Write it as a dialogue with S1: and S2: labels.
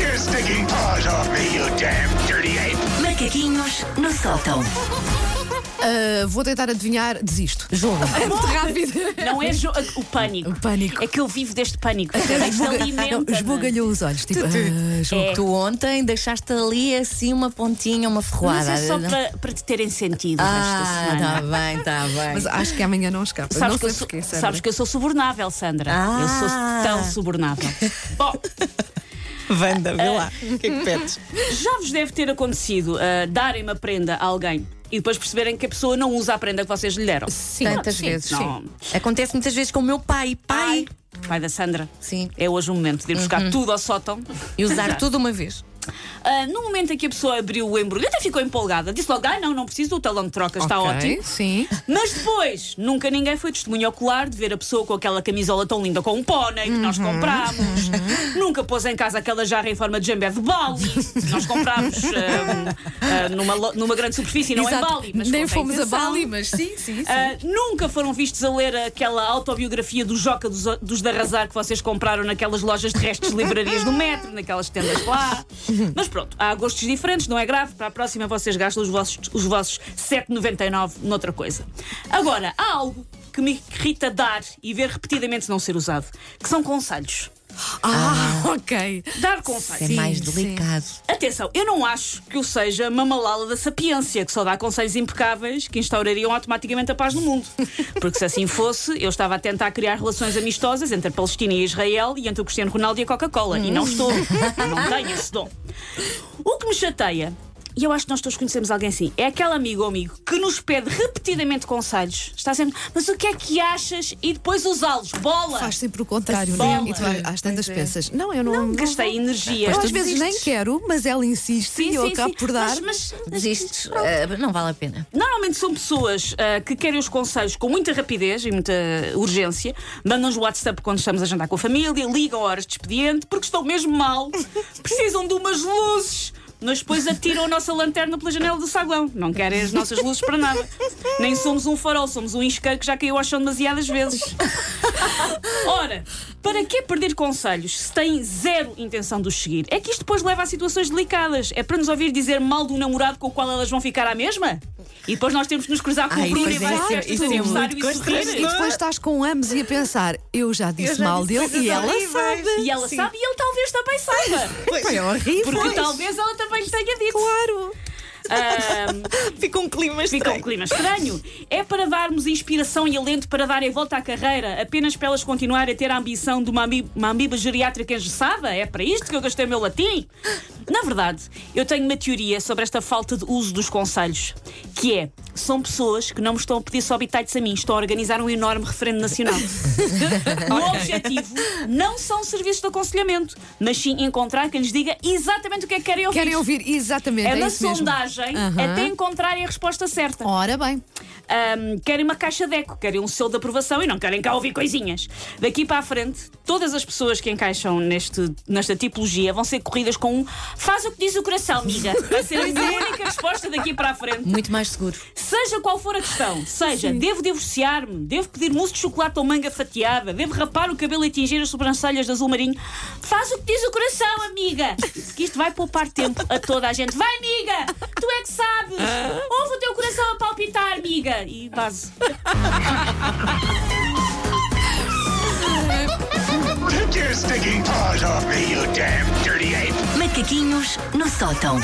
S1: fucking paws off me, you damn dirty ape!
S2: Macaquinhos no sótão.
S3: Ah, vou tentar adivinhar, desisto. Jogo. É muito rápido.
S4: Não é jo- o pânico.
S3: O pânico.
S4: É que eu vivo deste pânico. Isto é um
S3: Não,
S4: alimenta.
S3: Esbugalhou os olhos. Tipo, ah, jogo.
S4: É.
S5: Tu ontem deixaste ali assim uma pontinha, uma
S4: Mas
S5: ferroada.
S4: é só
S5: não?
S4: para, para te terem sentido o resto da
S5: Ah,
S4: semana.
S5: tá bem, tá bem.
S3: Mas acho que amanhã não escapa.
S4: Sabes,
S3: não
S4: que
S3: sei
S4: eu sou,
S3: porquê, Sandra.
S4: sabes que eu sou subornável, Sandra.
S5: Ah.
S4: Eu sou tão subornável. Bom,
S5: Vanda, vê lá. O que é que pedes?
S4: já vos deve ter acontecido ah, darem uma prenda a alguém e depois perceberem que a pessoa não usa a prenda que vocês lhe deram.
S3: Sim.
S5: Tantas
S3: Sim.
S5: vezes,
S4: Não.
S5: sim. Acontece muitas vezes com o meu pai. Pai!
S4: Pai, pai da Sandra.
S5: Sim.
S4: É hoje o momento de ir
S3: Uhum.
S4: buscar tudo ao sótão.
S5: E usar tudo uma vez.
S4: Ah, no momento em que a pessoa abriu o embrulho, até ficou empolgada. Disse logo: ah, não, não preciso, o talão de troca está
S3: Ok,
S4: ótimo.
S3: Sim.
S4: Mas depois, nunca ninguém foi testemunho ocular de ver a pessoa com aquela camisola tão linda com um pônei que nós
S3: Uhum.
S4: comprámos. Nunca pôs em casa aquela jarra em forma de jambé de Bali que nós comprámos ah, ah, numa, lo- numa grande superfície, não
S3: Exato.
S4: em Bali. Mas
S3: Nem
S4: com
S3: fomos a
S4: intenção.
S3: Bali, mas sim, sim, sim.
S4: Ah, nunca foram vistos a ler aquela autobiografia do Joca dos, dos da Razar que vocês compraram naquelas lojas de restos de livrarias do metro, naquelas tendas lá. Mas pronto, há gostos diferentes, não é grave. Para a próxima vocês gastam os vossos, os vossos 7,99 noutra coisa. Agora, há algo que me irrita dar e ver repetidamente não ser usado, que são conselhos.
S3: Ah, ok.
S4: Dar
S5: É
S4: conselhos.
S3: Sim,
S5: mais
S3: sim.
S5: delicado.
S4: Atenção, eu não acho que eu seja mamalala da sapiência, que só dá conselhos impecáveis que instaurariam automaticamente a paz no mundo. Porque se assim fosse, eu estava a tentar criar relações amistosas entre a Palestina e a Israel e entre o Cristiano Ronaldo e a Coca-Cola. E não estou.
S3: Hum.
S4: Eu não tenho esse dom. O que me chateia, e eu acho que nós todos conhecemos alguém assim, é aquele amigo ou amigo que nos pede repetidamente conselhos. Está sempre, mas o que é que achas? E depois usá-los. Bola!
S3: Faz sempre o contrário,
S4: Bola.
S3: não é? E tu às tantas pensas. Não, eu não. não
S4: Gastei
S3: vou.
S4: energia.
S3: Eu
S4: Tu
S3: às vezes nem
S4: desistes.
S3: quero, mas ela insiste
S4: Sim,
S3: e eu
S4: sim,
S3: acabo
S4: sim.
S3: por dar.
S4: Mas- mas-
S5: Desistes, eh, não vale a pena.
S4: Normalmente são pessoas ah, que querem os conselhos com muita rapidez e muita urgência, mandam-nos WhatsApp quando estamos a jantar com a família, ligam a horas de expediente porque estão mesmo mal, precisam de umas luzes. Nós depois atiram a nossa lanterna pela janela do saguão. Não querem as nossas luzes para nada. Nem somos um farol, somos um isqueiro que já caiu ao chão demasiadas vezes. Ora, para que perder conselhos se tem zero intenção de os seguir? É que isto depois leva a situações delicadas. É para nos ouvir dizer mal de um namorado com o qual elas vão ficar à mesma? E depois nós temos que nos cruzar com
S5: Ai,
S4: o Bruno e
S5: pois
S4: vai
S5: é,
S4: ser
S5: isso
S4: feliz
S5: é
S4: aniversário
S5: muito
S4: um e
S3: E
S4: sorrir.
S3: depois estás com ambos e a pensar, eu já disse mal dele e ela sabe.
S4: E ela sabe e ele talvez também saiba.
S3: Foi horrível.
S4: Porque talvez ela também lhe tenha dito.
S3: Claro.
S4: Ahm,
S5: Fica um clima
S4: Fica um clima estranho. É para darmos inspiração e alento para darem volta à carreira, apenas para elas continuarem a ter a ambição de uma, ami uma amiba geriátrica engessada? É para isto que eu gastei o meu latim? Na verdade, eu tenho uma teoria sobre esta falta de uso dos conselhos, que é, são pessoas que não me estão a pedir só bitites a mim, estão a organizar um enorme referendo nacional. o objetivo não são serviços de aconselhamento, mas sim encontrar quem lhes diga exatamente o que é que querem ouvir.
S3: Querem ouvir exatamente.
S4: É
S3: É,
S4: uma
S3: isso mesmo.
S4: sondagem
S3: Aham.
S4: até encontrarem a resposta certa.
S3: Ora bem.
S4: Ahm, querem uma caixa de eco, querem um selo de aprovação e não querem cá ouvir coisinhas. Daqui para a frente, todas as pessoas que encaixam neste, nesta tipologia vão ser corridas com um faz o que diz o coração, amiga. Vai ser a única resposta daqui para a frente.
S5: Muito mais seguro.
S4: Seja qual for a questão, seja devo divorciar-me, devo pedir mousse de chocolate ou manga fatiada, devo rapar o cabelo e tingir as sobrancelhas de azul marinho, faz o que diz o coração, amiga! Que isto vai poupar tempo a toda a gente. Vai, amiga! Tu é que sabes! Ouve o teu coração a palpitar, amiga! E base.
S1: Take your stinking paws off me, you damn dirty ape!
S2: Macaquinhos no sótão.